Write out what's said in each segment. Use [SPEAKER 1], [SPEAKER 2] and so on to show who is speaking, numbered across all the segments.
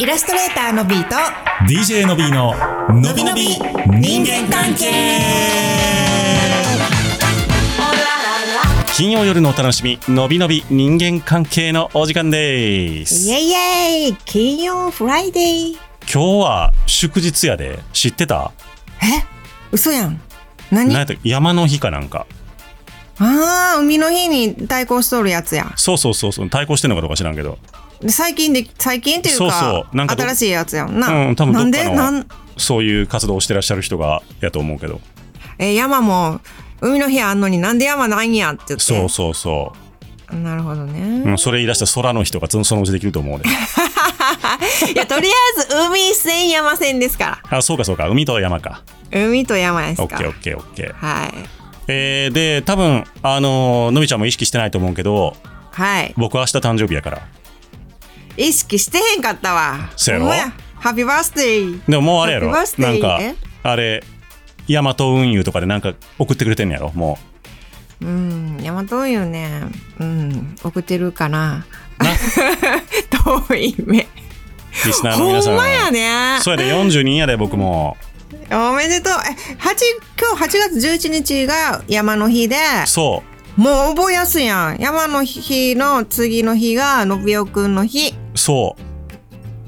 [SPEAKER 1] イラストレーターのビーと
[SPEAKER 2] DJ の B ののびのび人間関係金曜夜のお楽しみのびのび人間関係のお時間で
[SPEAKER 1] イ
[SPEAKER 2] す
[SPEAKER 1] エイイエイ金曜フライデー
[SPEAKER 2] 今日は祝日やで知ってた
[SPEAKER 1] え嘘やん何
[SPEAKER 2] なんやった山の日かなんか
[SPEAKER 1] ああ海の日に対抗しとるやつや
[SPEAKER 2] そうそうそうそう対抗してんのかどうか知らんけど
[SPEAKER 1] で最近で最近っていうか
[SPEAKER 2] そうそうなんかど
[SPEAKER 1] 新しいやつやんな、
[SPEAKER 2] うん多分どっかの
[SPEAKER 1] なんでなん
[SPEAKER 2] そういう活動をしてらっしゃる人がやと思うけど
[SPEAKER 1] え山も海の日あんのになんで山ないんやって言って
[SPEAKER 2] そうそうそ
[SPEAKER 1] なるほどね、
[SPEAKER 2] う、うん、それ言い出したら空の日とかそのうちできると思うで
[SPEAKER 1] いやとりあえず海線山線ですか
[SPEAKER 2] あそうかそうか海と山から
[SPEAKER 1] 海と山です
[SPEAKER 2] オ
[SPEAKER 1] か
[SPEAKER 2] ッケーオッケーオッケー
[SPEAKER 1] はい
[SPEAKER 2] えー、で多分あのーのびちゃんも意識してないと思うけど
[SPEAKER 1] はい
[SPEAKER 2] 僕明日誕生日やから
[SPEAKER 1] 意識してへんかったわ
[SPEAKER 2] そうやろ
[SPEAKER 1] ほんまハッピーバースデー
[SPEAKER 2] でももうあれやろ
[SPEAKER 1] ハッピーバ
[SPEAKER 2] な
[SPEAKER 1] ースデー
[SPEAKER 2] んか
[SPEAKER 1] え
[SPEAKER 2] あれヤマト運輸とかでなんか送ってくれてんのやろも
[SPEAKER 1] うん大和運輸ねうん送ってるかな
[SPEAKER 2] うな
[SPEAKER 1] 遠い目
[SPEAKER 2] リスナー の
[SPEAKER 1] ほ
[SPEAKER 2] 皆さん
[SPEAKER 1] んまやね
[SPEAKER 2] そうやで42やで僕も
[SPEAKER 1] おめでとうえ八今日8月11日が山の日で
[SPEAKER 2] そ
[SPEAKER 1] もう覚えやすいやん山の日の次の日がのびおくんの日
[SPEAKER 2] うそ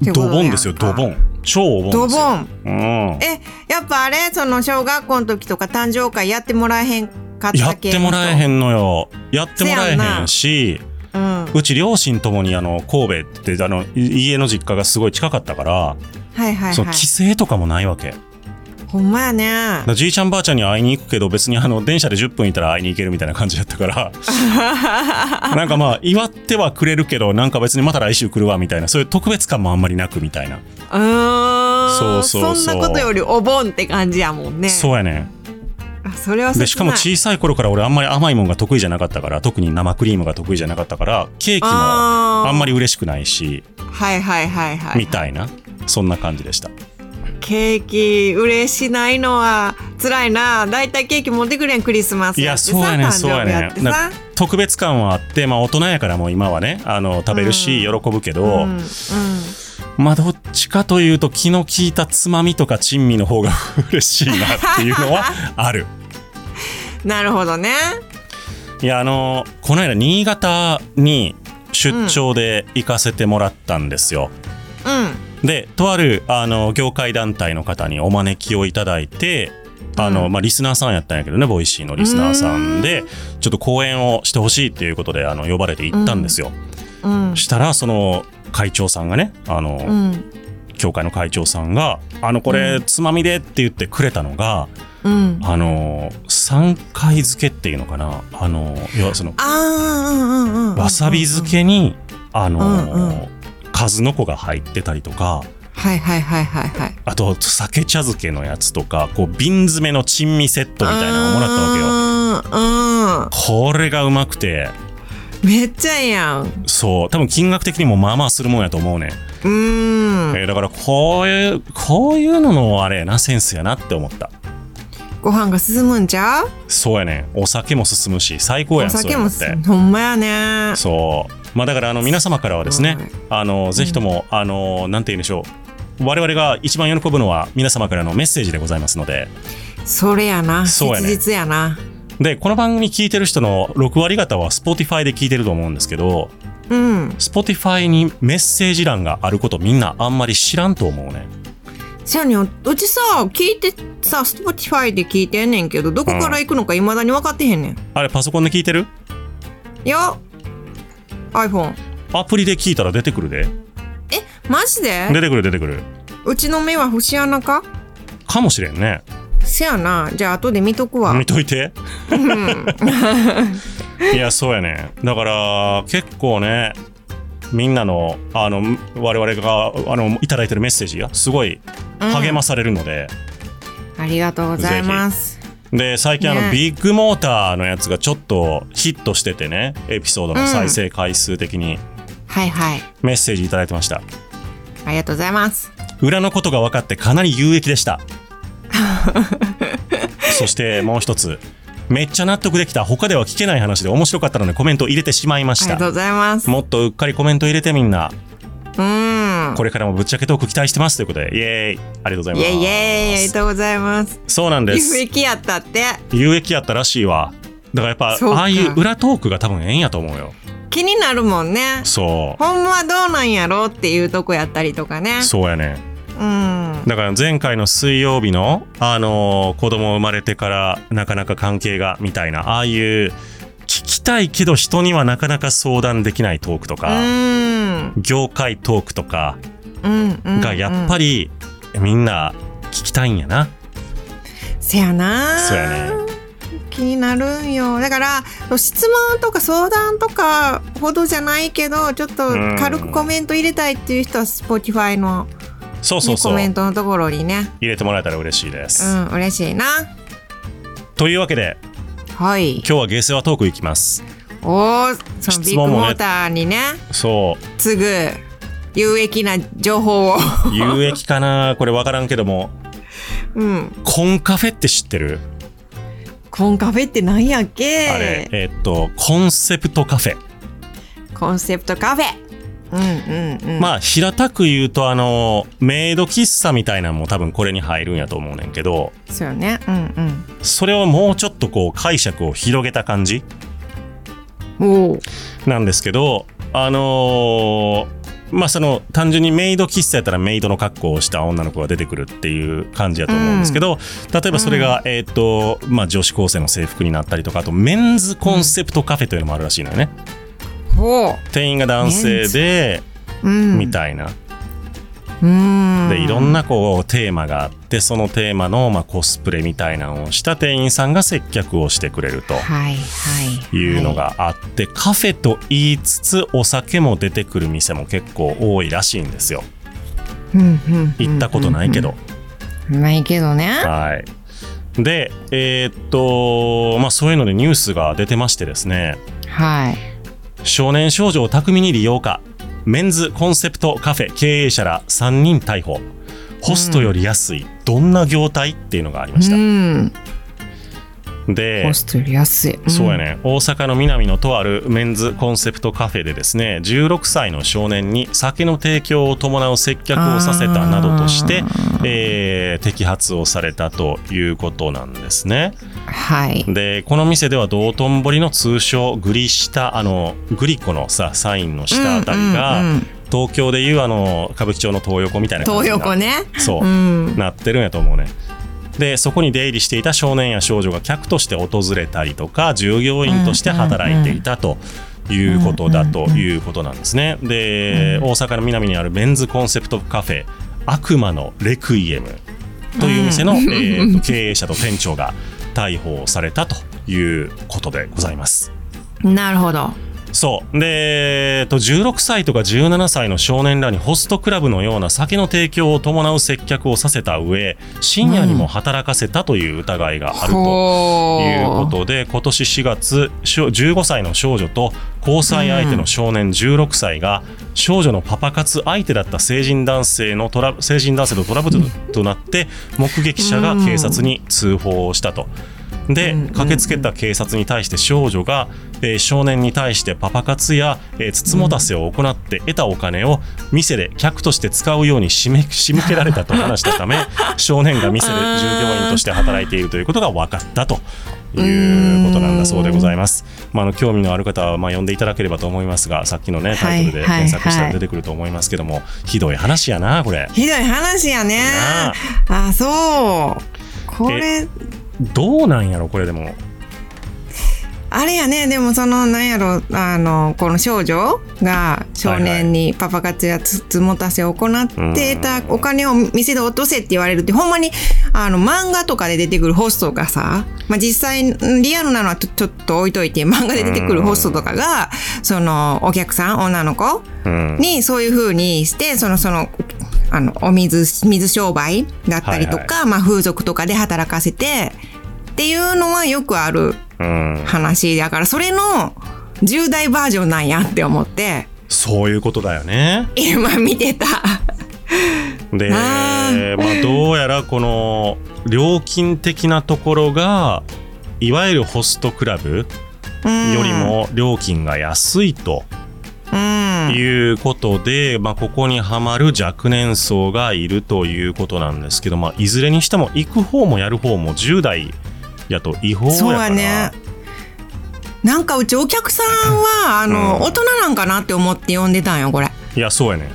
[SPEAKER 1] って
[SPEAKER 2] う
[SPEAKER 1] こと
[SPEAKER 2] ド
[SPEAKER 1] やんか
[SPEAKER 2] ボンですよドボン超お盆
[SPEAKER 1] ド
[SPEAKER 2] です
[SPEAKER 1] ボ
[SPEAKER 2] よ
[SPEAKER 1] ン
[SPEAKER 2] ドボン、うん、
[SPEAKER 1] えやっぱあれその小学校の時とか誕生会やってもらえへんかったけ
[SPEAKER 2] やってもらえへ
[SPEAKER 1] ん、
[SPEAKER 2] んのよやってもらえへんし
[SPEAKER 1] うん、は
[SPEAKER 2] うち両親ともにあの神戸ってあのい家の実家がすごい近かったから、
[SPEAKER 1] いはい
[SPEAKER 2] その
[SPEAKER 1] はい
[SPEAKER 2] 帰省とかもないわけ
[SPEAKER 1] ほんまやね
[SPEAKER 2] だからじいちゃんばあちゃんに会いに行くけど別にあの電車で10分いたら会いに行けるみたいな感じだったから なんかまあ祝ってはくれるけどなんか別にまた来週来るわみたいなそういう特別感もあんまりなくみたいな、
[SPEAKER 1] うーん
[SPEAKER 2] そうそうそうん
[SPEAKER 1] なことよりお盆って感じやもんね
[SPEAKER 2] そうやね
[SPEAKER 1] あそれは
[SPEAKER 2] ん
[SPEAKER 1] 切な
[SPEAKER 2] で
[SPEAKER 1] い
[SPEAKER 2] しかも小さい頃から俺あんまり甘いもんが得意じゃなかったから特に生クリームが得意じゃなかったからケーキも
[SPEAKER 1] あー
[SPEAKER 2] あんまり嬉しくないし
[SPEAKER 1] はいはいはいはい
[SPEAKER 2] みたいなそんな感じでした
[SPEAKER 1] ケーキ嬉しないのは辛いなだいたいケーキ持ってくれんクリスマス
[SPEAKER 2] いやそうやね
[SPEAKER 1] っ
[SPEAKER 2] ん
[SPEAKER 1] てさ
[SPEAKER 2] そうやね
[SPEAKER 1] 誕生日って
[SPEAKER 2] ん
[SPEAKER 1] さ
[SPEAKER 2] な特別感はあってまあ大人やからもう今はねあの食べるし喜ぶけど、
[SPEAKER 1] うんうん
[SPEAKER 2] まあどっちかというと気の利いたつまみとか珍味の方が 嬉しいなっていうのはある。
[SPEAKER 1] なるほどね
[SPEAKER 2] いやあのこの間新潟に出張で行かせてもらったんですよ。
[SPEAKER 1] うん
[SPEAKER 2] でとあるあの業界団体の方にお招きをいただいて。あの
[SPEAKER 1] うん
[SPEAKER 2] まあ、リスナーさんやったんやけどねボイシーのリスナーさんでちょっと講演をしてほしいっていうことであの呼ばれて行ったんですよ、
[SPEAKER 1] うん
[SPEAKER 2] したらその会長さんがねあの、
[SPEAKER 1] うん
[SPEAKER 2] 協会の会長さんが「あのこれつまみで」って言ってくれたのが、
[SPEAKER 1] うん
[SPEAKER 2] あの3回漬けっていうのかなあの要はその
[SPEAKER 1] あーうんうんうんうん
[SPEAKER 2] わさび漬けにあ
[SPEAKER 1] うんう
[SPEAKER 2] の数の子が入ってたりとか
[SPEAKER 1] はいはいはいはいはい
[SPEAKER 2] あと酒茶漬けのやつとかこう瓶詰めの珍味セットみたいなのをもらったわけよ。
[SPEAKER 1] わけよ
[SPEAKER 2] これがうまくて
[SPEAKER 1] うんめっちゃええやん
[SPEAKER 2] そう多分金額的にもまあまあするもんやと思うねん、
[SPEAKER 1] うん
[SPEAKER 2] えーだからこういうこういうののあれやなセンスやなって思った
[SPEAKER 1] ご飯が進むんちゃう
[SPEAKER 2] そうやねんお酒も進むし最高や
[SPEAKER 1] お
[SPEAKER 2] んそれ
[SPEAKER 1] 酒
[SPEAKER 2] っ
[SPEAKER 1] も
[SPEAKER 2] て
[SPEAKER 1] 進むほんまやね
[SPEAKER 2] そう。まあだからあの皆様からはですね
[SPEAKER 1] はい、
[SPEAKER 2] あのぜひとも、あのなんて言うんでしょう。我々が一番喜ぶのは皆様からのメッセージでございますので、
[SPEAKER 1] それやな
[SPEAKER 2] そうや
[SPEAKER 1] 切
[SPEAKER 2] ね
[SPEAKER 1] 実やな
[SPEAKER 2] でこの番組聞いてる人の6割方は Spotify で聞いてると思うんですけど、
[SPEAKER 1] うん
[SPEAKER 2] Spotify にメッセージ欄があることみんなあんまり知らんと思うね。
[SPEAKER 1] せやねんうちさ聞いてさ Spotify で聞いてんねんけどどこから行くのかいまだに分かってへんねん
[SPEAKER 2] あれパソコンで聞いてる？
[SPEAKER 1] いや iPhone
[SPEAKER 2] アプリで聞いたら出てくるで。
[SPEAKER 1] えマジで
[SPEAKER 2] 出てくる出てくる。
[SPEAKER 1] うちの目は節穴か
[SPEAKER 2] かもしれんね。
[SPEAKER 1] せやなじゃあ後で見とくわ
[SPEAKER 2] 見といて。 いや、そうやね。だから、結構ね、みんなの、あの、我々が、あの、いただいてるメッセージが、すごい励まされるので、
[SPEAKER 1] ありがとうございます
[SPEAKER 2] で、最近、あの、
[SPEAKER 1] ね
[SPEAKER 2] ビッグモーターのやつがちょっとヒットしててね、エピソードの再生回数的に
[SPEAKER 1] はいはい
[SPEAKER 2] メッセージいただいてました。
[SPEAKER 1] ありがとうございます
[SPEAKER 2] 裏のことが分かってかなり有益でした。そして、もう一つ。めっちゃ納得できた他では聞けない話で面白かったのでコメントを入れてしまいま
[SPEAKER 1] あ
[SPEAKER 2] し
[SPEAKER 1] りが
[SPEAKER 2] た
[SPEAKER 1] とうございます
[SPEAKER 2] もっとうっかりコメント入れてみんな
[SPEAKER 1] うんうん
[SPEAKER 2] これからもぶっちゃけトーク期待してますということで、イエーイありがとうござい
[SPEAKER 1] イ
[SPEAKER 2] ます。
[SPEAKER 1] エイイエイありがとうございます
[SPEAKER 2] そうなんで
[SPEAKER 1] 有
[SPEAKER 2] す。
[SPEAKER 1] 益やったって
[SPEAKER 2] 有益やったらしいわ。だからやっぱ、
[SPEAKER 1] そうか
[SPEAKER 2] ああいう裏トークが多分ええんやと思うよ。
[SPEAKER 1] 気になるもんね
[SPEAKER 2] そ
[SPEAKER 1] ほんまはどうなんやろっていうとこやったりとかね
[SPEAKER 2] う。そうやね。
[SPEAKER 1] うん
[SPEAKER 2] だから前回の水曜日の、あのー子供生まれてからなかなか関係がみたいな、ああいう聞きたいけど人にはなかなか相談できないトークと
[SPEAKER 1] う
[SPEAKER 2] か、
[SPEAKER 1] ん
[SPEAKER 2] 業界トークとか
[SPEAKER 1] うんうん
[SPEAKER 2] がやっぱ
[SPEAKER 1] り
[SPEAKER 2] りみんな聞きたいんやな。
[SPEAKER 1] せやな
[SPEAKER 2] そうやね
[SPEAKER 1] 気になるんよだから質問とか相談とかほどじゃないけどちょっと
[SPEAKER 2] うん
[SPEAKER 1] 軽くコメント入れたいっていう人は Spotify の、ね
[SPEAKER 2] そうそうそ
[SPEAKER 1] コ
[SPEAKER 2] う。
[SPEAKER 1] メン
[SPEAKER 2] 入
[SPEAKER 1] トのところにね
[SPEAKER 2] れてもらえたら嬉しいで
[SPEAKER 1] う
[SPEAKER 2] す。
[SPEAKER 1] ん嬉しいな
[SPEAKER 2] というわけで、
[SPEAKER 1] はい
[SPEAKER 2] 今日はゲーセワトークいきます。
[SPEAKER 1] おーそのビ
[SPEAKER 2] 質
[SPEAKER 1] ッグ
[SPEAKER 2] 問もね
[SPEAKER 1] モーターにね
[SPEAKER 2] そう。
[SPEAKER 1] 次ぐ有益な情報を
[SPEAKER 2] 有益かなこれわからんけども、
[SPEAKER 1] うん
[SPEAKER 2] コンカフェって知ってる
[SPEAKER 1] コンカフェってなんやっけ
[SPEAKER 2] あれ、えっと、コンセプトカフェ。
[SPEAKER 1] コンセプトカフェ。うんうんうん。
[SPEAKER 2] まあ、平たく言うと、あの、メイド喫茶みたいなのも多分これに入るんやと思うねんけど、
[SPEAKER 1] そうよね。うん
[SPEAKER 2] それをもうちょっとこう解釈を広げた感じ
[SPEAKER 1] うん。おお。
[SPEAKER 2] なんですけど、あのーまあその単純にメイド喫茶やったらメイドの格好をした女の子が出てくるっていう感じやと思うんですけど、例えばそれが、えーっとまあ、女子高生の制服になったりとかあとメンズコンセプトカフェというのもあるらしいのよね、
[SPEAKER 1] ほ
[SPEAKER 2] 店員が男性で
[SPEAKER 1] う。うん。
[SPEAKER 2] みたいな
[SPEAKER 1] うん。
[SPEAKER 2] でいろんなこうテーマがあってそのテーマの、まあ、コスプレみたいなのをした店員さんが接客をしてくれると。
[SPEAKER 1] はいはい。
[SPEAKER 2] いうの。があって、カフェと言いつつお酒も出てくる店も結構多いらしいんですよ
[SPEAKER 1] うんうん。
[SPEAKER 2] 行ったことないけど、
[SPEAKER 1] うん。ないけどね。
[SPEAKER 2] はいでえーっとまあそういうのでニュースが出てましてですね
[SPEAKER 1] はい。
[SPEAKER 2] 少年少女を巧みに利用かメンズコンセプトカフェ経営者ら3人逮捕ホストより安い、どんな業態っていうのがありまし
[SPEAKER 1] う
[SPEAKER 2] た、
[SPEAKER 1] ん。
[SPEAKER 2] で
[SPEAKER 1] コストより安い。ん
[SPEAKER 2] そうや。ね、大阪の南のとあるメンズコンセプトカフェでですね16歳の少年に酒の提供を伴う接客をさせたなどとして
[SPEAKER 1] あ、
[SPEAKER 2] えー摘発をされたということなんですね
[SPEAKER 1] はい。
[SPEAKER 2] でこの店では道頓堀の通称グリ下あのグリコのさサインの下あたりが、
[SPEAKER 1] うんうんうん
[SPEAKER 2] 東京でいうあの歌舞伎町の東横みたいな感
[SPEAKER 1] 東
[SPEAKER 2] じにな
[SPEAKER 1] 横ね。
[SPEAKER 2] そ
[SPEAKER 1] う
[SPEAKER 2] う、
[SPEAKER 1] ん。
[SPEAKER 2] なってるんやと思うねでそこに出入りしていた少年や少女が客として訪れたりとか従業員として働いていたということだということなんですねで
[SPEAKER 1] うん
[SPEAKER 2] 大阪の南にあるメンズコンセプトカフェ悪魔のレクイエムという店の、えーと経営者と店長が逮捕されたということでございます
[SPEAKER 1] なるほど。
[SPEAKER 2] そう。で、えっと、16歳とか17歳の少年らにホストクラブのような酒の提供を伴う接客をさせた上、深夜にも働かせたという疑いがあると。
[SPEAKER 1] ほ
[SPEAKER 2] いうことで今年4月しょ15歳の少女と交際相手の少年16歳が少女のパパ活相手だった成人男性のトラ成人男性とトラブルとなって目撃者が警察に通報をしたと。で
[SPEAKER 1] うん
[SPEAKER 2] 駆けつけた警察に対して少女が、えー少年に対してパパ活や、えー、つつもたせを行って得たお金を店で客として使うようにしめ仕向けられたと話したため少年が店で従業員として働いているということが分かったということなんだそうでございます。まあ、あの興味のある方はまあ読んでいただければと思いますがさっきのねタイトルで
[SPEAKER 1] はいはい
[SPEAKER 2] 検索した
[SPEAKER 1] は
[SPEAKER 2] ら
[SPEAKER 1] い
[SPEAKER 2] 出てくると思いますけども、ひどい話やなこれ。
[SPEAKER 1] ひどい話やね。
[SPEAKER 2] なあ
[SPEAKER 1] あ、そう。これ。
[SPEAKER 2] どうなんやろこれでも。
[SPEAKER 1] あれやねでもそのなんやろあのこの少女が少年にパパ活やつつもたせを行ってたお金を店で落とせって言われるってほんまにあの漫画とかで出てくるホストがさ、まあ、実際んリアルなのはちょちょっと置いといて漫画で出てくるホストとかがそのお客さん女の子
[SPEAKER 2] うん
[SPEAKER 1] にそういう風にしてそのそのあのお水水商売だったりとか、まあ、風俗とかで働かせてっていうのはよくある。
[SPEAKER 2] うん、
[SPEAKER 1] 話だからそれの10代バージョンなんやって思って
[SPEAKER 2] そういうことだよね。
[SPEAKER 1] 今見てた
[SPEAKER 2] で、
[SPEAKER 1] あー
[SPEAKER 2] まあ、どうやらこの料金的なところがいわゆるホストクラブよ
[SPEAKER 1] よ
[SPEAKER 2] りも料金が安いと
[SPEAKER 1] うん、
[SPEAKER 2] いうことで、まあ、ここにはまる若年層がいるということなんですけど、まあ、いずれにしても行く方もやる方も10代やと違法やから
[SPEAKER 1] そうやねなんかうちお客さんはあの、
[SPEAKER 2] うん
[SPEAKER 1] 大人なんかなって思って呼んでたんよこれ
[SPEAKER 2] いやそうやね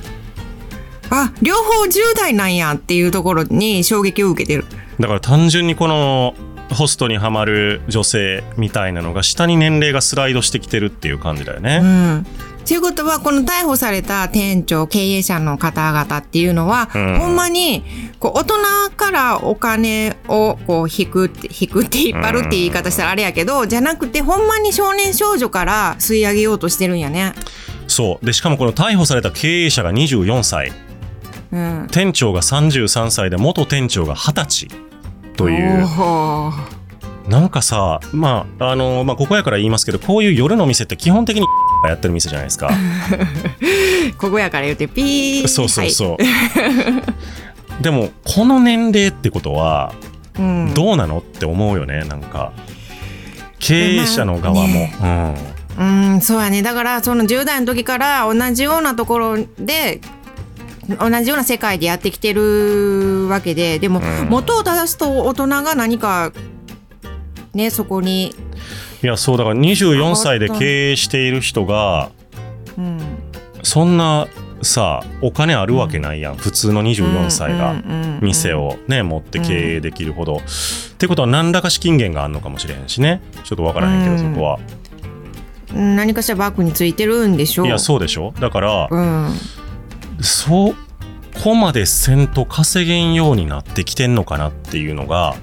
[SPEAKER 1] あ両方10代なんやっていうところに衝撃を受けてる
[SPEAKER 2] だから単純にこのホストにはまる女性みたいなのが下に年齢がスライドしてきてるっていう感じだよ
[SPEAKER 1] う
[SPEAKER 2] ね。
[SPEAKER 1] ん。ということは、この逮捕された店長、経営者の方々っていうのは、
[SPEAKER 2] うん
[SPEAKER 1] ほんまに、こう、大人からお金を、こう、引くって、 引くって引っ張るって言い方したらあれやけど、じゃなくて、ほんまに少年少女から吸い上げようとしてるんやね。
[SPEAKER 2] そうでしかもこの逮捕された経営者が24歳
[SPEAKER 1] うん。
[SPEAKER 2] 店長が33歳で元店長が20歳という
[SPEAKER 1] おー
[SPEAKER 2] なんかさ、まああのまあ、ここやから言いますけどこういう夜の店って基本的に がやってる店じゃないですか。
[SPEAKER 1] ここやから言うて、ピー
[SPEAKER 2] そうそうそう。 でもこの年齢ってことは
[SPEAKER 1] はいうん。
[SPEAKER 2] どうなのって思うよねなんか経営者の側も。
[SPEAKER 1] ね
[SPEAKER 2] うん
[SPEAKER 1] うん、そうやね。だから、その10代の時から同じようなところで、同じような世界でやってきてるわけで、でも、
[SPEAKER 2] うん
[SPEAKER 1] 元を正すと大人が何か、ね、そこに、
[SPEAKER 2] いやそうだから24歳で経営している人が
[SPEAKER 1] うん。
[SPEAKER 2] そんなさお金あるわけないやん、普通の24歳が
[SPEAKER 1] が
[SPEAKER 2] 店。をね持って経営できるほど、ってことは何らか資金源があるのかもしれへんしねちょっとわからへんけど、
[SPEAKER 1] うん
[SPEAKER 2] そこは
[SPEAKER 1] うん何かしらバッグについてるんでしょう。
[SPEAKER 2] いやそうでしょだから、
[SPEAKER 1] うん。
[SPEAKER 2] そこまでせんと稼げんようになってきてんのかなっていうのが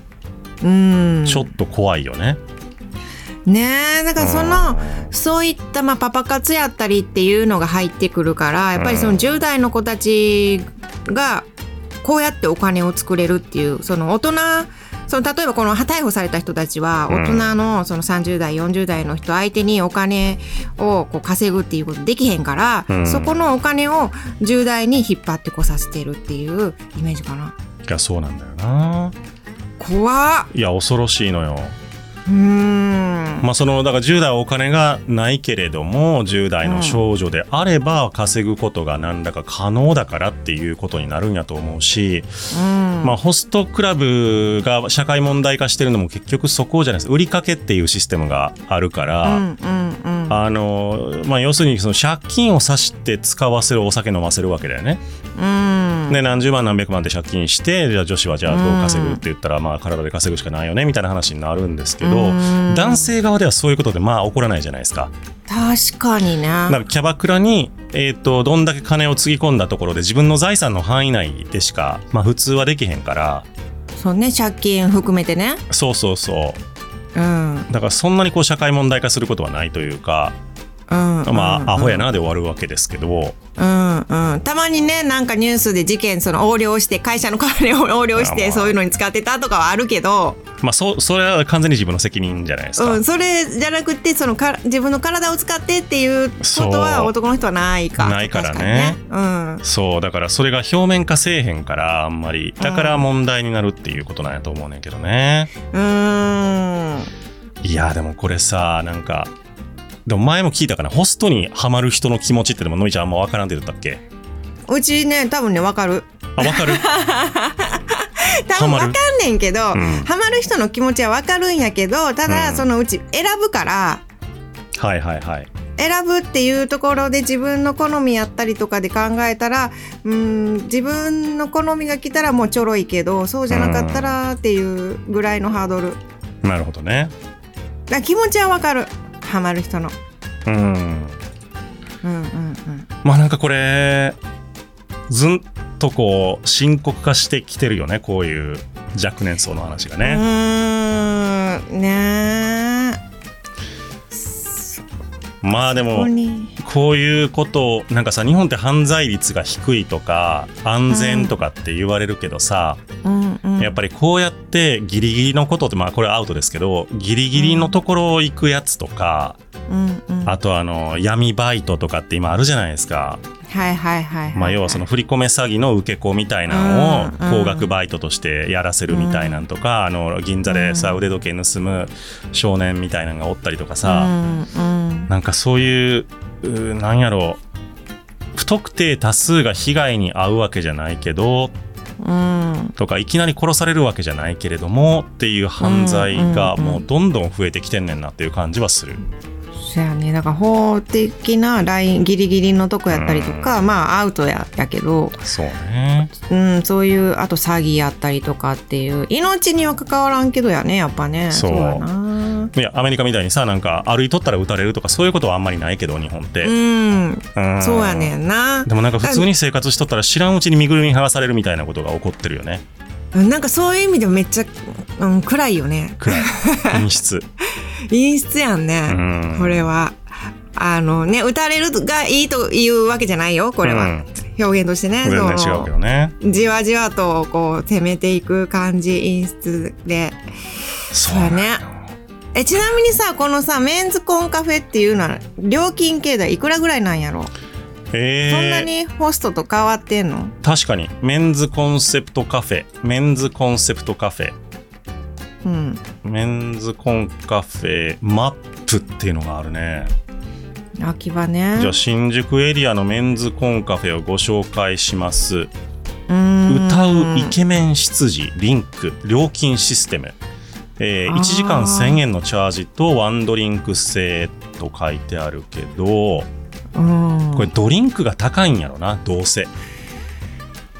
[SPEAKER 1] うん。
[SPEAKER 2] ちょっと怖いよね、
[SPEAKER 1] ねえ、だからその、
[SPEAKER 2] うん
[SPEAKER 1] そういった、まあ、パパ活やったりっていうのが入ってくるからやっぱりその
[SPEAKER 2] うん
[SPEAKER 1] 10代の子たちがこうやってお金を作れるっていうその大人その例えばこの逮捕された人たちは
[SPEAKER 2] うん
[SPEAKER 1] 大人のその30代40代の人相手にお金をこう稼ぐっていうことできへんから、
[SPEAKER 2] うん
[SPEAKER 1] そこのお金を10代に引っ張ってこさせてるっていうイメージかない
[SPEAKER 2] やそうなんだよな
[SPEAKER 1] 怖っ
[SPEAKER 2] いや恐ろしいのよ
[SPEAKER 1] うーん、
[SPEAKER 2] まあ、そのだから10代はお金がないけれども10代の少女であれば稼ぐことが何らか可能だからっていうことになるんやと思うし、
[SPEAKER 1] うん
[SPEAKER 2] まあ、ホストクラブが社会問題化してるのも結局そこじゃないです売りかけっていうシステムがあるか
[SPEAKER 1] う
[SPEAKER 2] ら、
[SPEAKER 1] んうんうん
[SPEAKER 2] あのまあ、要するにその借金をさして使わせるお酒飲ませるわけだよね。
[SPEAKER 1] うん
[SPEAKER 2] で何十万何百万って借金してじゃあ女子はじゃあどう稼ぐって言ったら、まあ、体で稼ぐしかないよねみたいな話になるんですけど、
[SPEAKER 1] うん
[SPEAKER 2] 男性側ではそういうことでまあ起こらないじゃないですか。
[SPEAKER 1] 確かにね
[SPEAKER 2] だからキャバクラに、えー、とどんだけ金をつぎ込んだところで自分の財産の範囲内でしか、まあ、普通はできへんから
[SPEAKER 1] そうね借金含めてね
[SPEAKER 2] そうそうそう
[SPEAKER 1] うんうん
[SPEAKER 2] だからそんなにこう社会問題化することはないというか、まあアホやなで終わるわけですけど
[SPEAKER 1] うんうんたまにねなんかニュースで事件その横領して会社の金を 横領し
[SPEAKER 2] あま
[SPEAKER 1] て
[SPEAKER 2] あ
[SPEAKER 1] そういうのに使ってたとかはあるけど
[SPEAKER 2] まあそそれは完全に自分の責任じゃないですか、
[SPEAKER 1] うんそれじゃなくてそのか自分の体を使ってっていうことは
[SPEAKER 2] そう
[SPEAKER 1] 男の人はないか
[SPEAKER 2] ないからね
[SPEAKER 1] 確かにね
[SPEAKER 2] そうだからそれが表面化せえへんからあんまりだから問題になるっていうことなんやと思うねんけどね、
[SPEAKER 1] うんうーん
[SPEAKER 2] いやでもこれさなんかでも前も聞いたかなホストにはまる人の気持ちってでものいちゃんあんま分からんでるんだっけ
[SPEAKER 1] うちね多分ねわかる
[SPEAKER 2] あ 分かる
[SPEAKER 1] 多分
[SPEAKER 2] ハ
[SPEAKER 1] わ
[SPEAKER 2] マ
[SPEAKER 1] か
[SPEAKER 2] る
[SPEAKER 1] んねんけどハ
[SPEAKER 2] う
[SPEAKER 1] マ、
[SPEAKER 2] ん
[SPEAKER 1] る人の気持ちはわかるんやけどただ、
[SPEAKER 2] うん
[SPEAKER 1] そのうち選ぶから
[SPEAKER 2] はいはいはい。
[SPEAKER 1] 選ぶっていうところで自分の好みやったりとかで考えたらうん自分の好みが来たらもうちょろいけどそうじゃなかったらっていうぐらいのハードルだか
[SPEAKER 2] なるほどね。
[SPEAKER 1] ら気持ちはわかるハマる人の
[SPEAKER 2] うん。
[SPEAKER 1] うんうんうん
[SPEAKER 2] まあなんかこれ、ずんとこう、深刻化してきてるよね、こういう若年層の話が
[SPEAKER 1] う
[SPEAKER 2] ね。
[SPEAKER 1] ーんねえそ
[SPEAKER 2] まあでも
[SPEAKER 1] こ、に
[SPEAKER 2] こういうことを、なんかさ、日本って犯罪率が低いとか、安全とかって言われるけどさ、
[SPEAKER 1] うんうん
[SPEAKER 2] やっぱりこうやってギリギリのことって、まあこれはアウトですけど、ギリギリのところを行くやつとか、
[SPEAKER 1] うんうん
[SPEAKER 2] あとあの、闇バイトとかって今あるじゃないですか。
[SPEAKER 1] はいはいはいい
[SPEAKER 2] まあ、要はその振り込め詐欺の受け子みたいな
[SPEAKER 1] うん
[SPEAKER 2] のを高額バイトとしてやらせるみたいなんとか、あの銀座でさ
[SPEAKER 1] う
[SPEAKER 2] 腕時計盗む少年みたいなのがおったりとか
[SPEAKER 1] う
[SPEAKER 2] さ、
[SPEAKER 1] んうん
[SPEAKER 2] なんかそういううーなんやろう不特定多数が被害に遭うわけじゃないけど
[SPEAKER 1] うん
[SPEAKER 2] とかいきなり殺されるわけじゃないけれどもっていう犯罪が
[SPEAKER 1] うんうんうん
[SPEAKER 2] もうどんどん増えてきてんねんなっていう感じはする。
[SPEAKER 1] そやねだから法的なラインギリギリのとこやったりとか、まあアウトややけど、
[SPEAKER 2] そうね
[SPEAKER 1] うん、そういうあと詐欺やったりとかっていう命には関わらんけどやねやっぱね
[SPEAKER 2] そう
[SPEAKER 1] やない
[SPEAKER 2] やアメリカみたいにさなんか歩いとったら撃たれるとかそういうことはあんまりないけど日本って、
[SPEAKER 1] うん
[SPEAKER 2] ん
[SPEAKER 1] そうやねんな
[SPEAKER 2] でもなんか普通に生活しとったら知らんうちに身ぐるみ剥がされるみたいなことが起こってるよね
[SPEAKER 1] なんかそういう意味でもめっちゃ、うん、暗いよね
[SPEAKER 2] 暗い陰湿
[SPEAKER 1] 陰湿やんね、
[SPEAKER 2] うん
[SPEAKER 1] これはあのね打たれるがいいというわけじゃないよこれは、
[SPEAKER 2] うん
[SPEAKER 1] 表現としてね
[SPEAKER 2] 全然違
[SPEAKER 1] そう
[SPEAKER 2] けどね
[SPEAKER 1] じわじわとこう攻めていく感じ陰湿で
[SPEAKER 2] そう
[SPEAKER 1] やね
[SPEAKER 2] なんよ
[SPEAKER 1] えちなみにさこのさメンズコンカフェっていうのは料金形態いくらぐらいなんやろ
[SPEAKER 2] えー、
[SPEAKER 1] そんなにホストと変わってんの
[SPEAKER 2] 確かにメンズコンセプトカフェメンズコンセプトカフェ
[SPEAKER 1] うん
[SPEAKER 2] メンズコンカフェマップっていうのがあるね
[SPEAKER 1] 秋葉ね
[SPEAKER 2] じゃあ新宿エリアのメンズコンカフェをご紹介します
[SPEAKER 1] うん
[SPEAKER 2] 歌うイケメン執事リンク料金システム、え
[SPEAKER 1] あー
[SPEAKER 2] ー、1時間1000円のチャージとワンドリンク制と書いてあるけど
[SPEAKER 1] うん
[SPEAKER 2] これドリンクが高いんやろなどうせ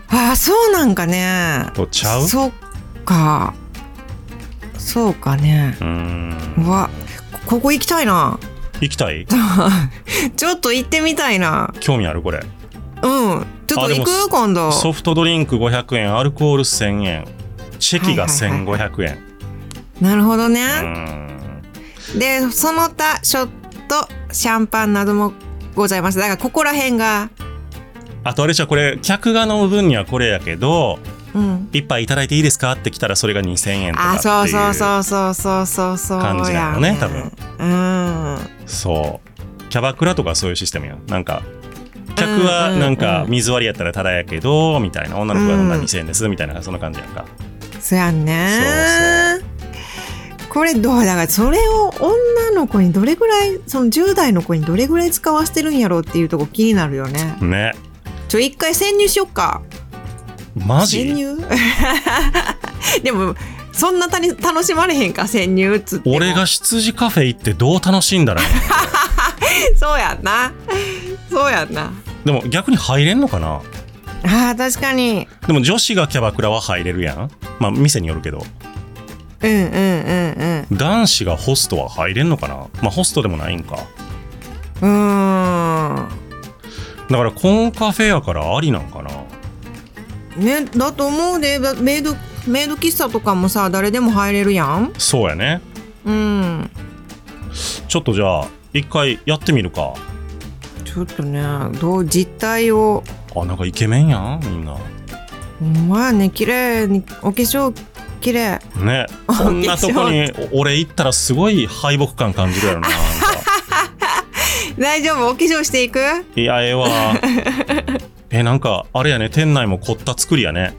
[SPEAKER 1] ああそうなんかね
[SPEAKER 2] とちゃう
[SPEAKER 1] そっかそうかね
[SPEAKER 2] うーん
[SPEAKER 1] うわここ行きたいな
[SPEAKER 2] 行きたい
[SPEAKER 1] ちょっと行ってみたいな
[SPEAKER 2] 興味あるこ
[SPEAKER 1] う
[SPEAKER 2] れ
[SPEAKER 1] んちょっと
[SPEAKER 2] あで
[SPEAKER 1] 行
[SPEAKER 2] も
[SPEAKER 1] く今度
[SPEAKER 2] ソフトドリンク500円アルコール1000円チェキが
[SPEAKER 1] はいはい
[SPEAKER 2] 1500円
[SPEAKER 1] なるほどね、
[SPEAKER 2] うーん
[SPEAKER 1] でその他ショットシャンパンなどもございますだからここら辺が
[SPEAKER 2] あとあれじゃうこれ客が飲む分にはこれやけど
[SPEAKER 1] うん
[SPEAKER 2] 一杯いただいていいですかって来たらそれが2000円とか
[SPEAKER 1] あ
[SPEAKER 2] っていう
[SPEAKER 1] そうそうそうそうそうそうそう
[SPEAKER 2] 感じなのね多分
[SPEAKER 1] うん
[SPEAKER 2] そうキャバクラとかそういうシステムやんなんか客
[SPEAKER 1] う
[SPEAKER 2] は
[SPEAKER 1] んうんうん
[SPEAKER 2] なんか水割りやったらタダやけどみたいな女の子が飲んだら
[SPEAKER 1] うん
[SPEAKER 2] 2000円ですみたいなそんな感じやんか
[SPEAKER 1] そやんねこれどうだからそれを女の子にどれぐらいその10代の子にどれぐらい使わせてるんやろうっていうとこ気になるよね
[SPEAKER 2] ね
[SPEAKER 1] ちょ一回潜入しよっか
[SPEAKER 2] マ
[SPEAKER 1] 潜
[SPEAKER 2] ジ
[SPEAKER 1] 入 でもそんなたに楽しまれへんか潜入っつっても
[SPEAKER 2] 俺が羊カフェ行ってどう楽しんだらいいの
[SPEAKER 1] そうやんなそうやんな
[SPEAKER 2] でも逆に入れんのかな
[SPEAKER 1] あー確かに
[SPEAKER 2] でも女子がキャバクラは入れるやんまあ店によるけど
[SPEAKER 1] うんうんうん
[SPEAKER 2] 男子がホストは入れんのかなまあホストでもないんか
[SPEAKER 1] うんう
[SPEAKER 2] だからコンカフェやからありなんかな
[SPEAKER 1] ーんねだと思うでだメイドメイド喫茶とかもさ誰でも入れるやん
[SPEAKER 2] そうやね
[SPEAKER 1] うん
[SPEAKER 2] ちょっとじゃあ一回やってみるか
[SPEAKER 1] ちょっとねどう実態を
[SPEAKER 2] あなんかイケメンやんみんな
[SPEAKER 1] ほんまやね綺麗にお化粧綺麗
[SPEAKER 2] ねこんなとこにお俺行ったらすごい敗北感感じるやろななん か
[SPEAKER 1] 大丈夫お化粧していく
[SPEAKER 2] いやええわえなんかあれやね店内も凝った作りやね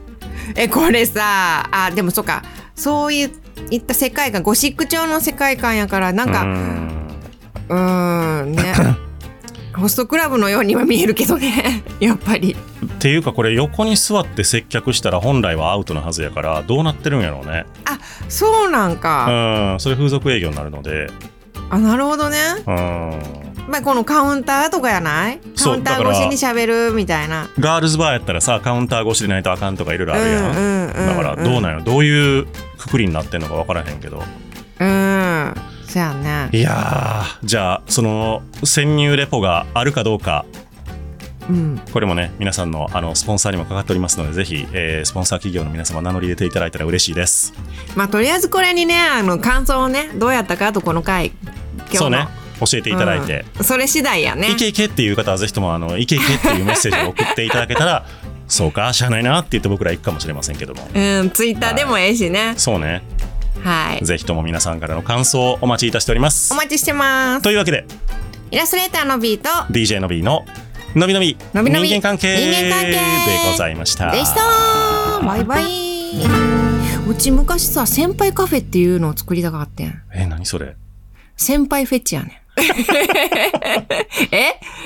[SPEAKER 1] えこれさあでもそっかそういういった世界観ゴシック調の世界観やからなん
[SPEAKER 2] う
[SPEAKER 1] か
[SPEAKER 2] ん
[SPEAKER 1] うーん ねホストクラブのようには見えるけど ねやっぱり
[SPEAKER 2] っていうかこれ横に座って接客したら本来はアウトなはずやからどうなってるんやろうね
[SPEAKER 1] そうなんか、
[SPEAKER 2] うんそれ風俗営業になるので
[SPEAKER 1] あなるほどね、
[SPEAKER 2] うん
[SPEAKER 1] まあ、このカウンターとかやないカ
[SPEAKER 2] そう
[SPEAKER 1] ウンタ
[SPEAKER 2] だか
[SPEAKER 1] ー
[SPEAKER 2] ら
[SPEAKER 1] 越しにしゃべるみたいな
[SPEAKER 2] ガールズバーやったらさカウンター越しでないとあかんとかいろいろあるやん、
[SPEAKER 1] うんうんうんうん
[SPEAKER 2] だからどうなんやろどういうくくりになってんのか分からへんけど
[SPEAKER 1] うんそやね
[SPEAKER 2] いやーじゃあその潜入レポがあるかどうか
[SPEAKER 1] うん
[SPEAKER 2] これもね皆さんのあのスポンサーにもかかっておりますのでぜひ、えースポンサー企業の皆様名乗り入れていただいたら嬉しいです
[SPEAKER 1] まあとりあえずこれにねあの感想をねどうやったかとこの回今日の
[SPEAKER 2] そうね教えていただいて、
[SPEAKER 1] うんそれ次第やね
[SPEAKER 2] いけいけっていう方はぜひともあのいけいけっていうメッセージを送っていただけたら そうかしゃあないなって言って僕ら行くかもしれませんけども
[SPEAKER 1] うんツイッターでもええしね
[SPEAKER 2] そうね
[SPEAKER 1] はい
[SPEAKER 2] ぜひとも皆さんからの感想をお待ちいたしておりま
[SPEAKER 1] お
[SPEAKER 2] す
[SPEAKER 1] 待ちしてます
[SPEAKER 2] というわけで
[SPEAKER 1] イラストレーターのビート
[SPEAKER 2] DJ のびーののびのび
[SPEAKER 1] のびのび
[SPEAKER 2] 人間関係
[SPEAKER 1] 人間関係
[SPEAKER 2] でございました
[SPEAKER 1] でしたバイバイうち昔さ先輩カフェっていうのを作りたかったん
[SPEAKER 2] え何それ
[SPEAKER 1] 先輩フェチやねんえ